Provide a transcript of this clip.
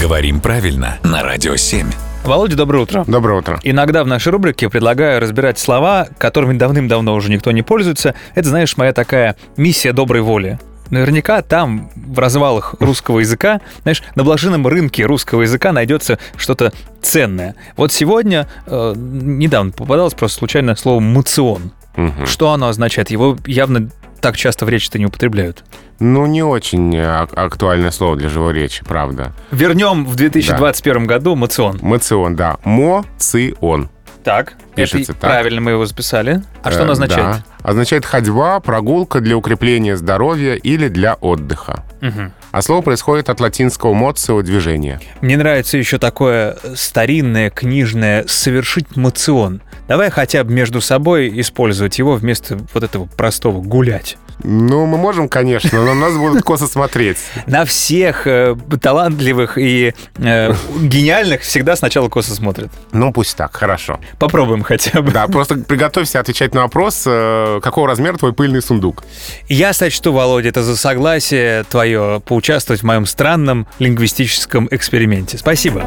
Говорим правильно на Радио 7. Володя, доброе утро. Доброе утро. Иногда в нашей рубрике предлагаю разбирать слова, которыми давным-давно уже никто не пользуется. Это, знаешь, моя такая миссия доброй воли. Наверняка там, в развалах русского языка, знаешь, на блаженном рынке русского языка найдется что-то ценное. Вот сегодня, э, недавно попадалось просто случайно слово «мацион». Мгм. Что оно означает? Его явно так часто в речи-то не употребляют. Ну, не очень э, ак- актуальное слово для живой речи, правда. Вернем в 2021 году мацион. Мацион, да. Мо-ци-он. Так, это Пишется так. правильно мы его записали. А что оно Э, означает? да. Означает ходьба, прогулка для укрепления здоровья или для отдыха. Мгм. А слово происходит от латинского моцио движение. Мне нравится еще такое старинное книжное «совершить мацион». Давай хотя бы между собой использовать его вместо вот этого простого «гулять». Ну, мы можем, конечно, но нас будут косо смотреть. На всех э, талантливых и э, гениальных всегда сначала косо смотрят. Ну, пусть так, хорошо. Попробуем хотя бы. Да, просто приготовься отвечать на вопрос, э, какого размера твой пыльный сундук. Я сочту, Володя, это за согласие твое поучаствовать в моем странном лингвистическом эксперименте. Спасибо.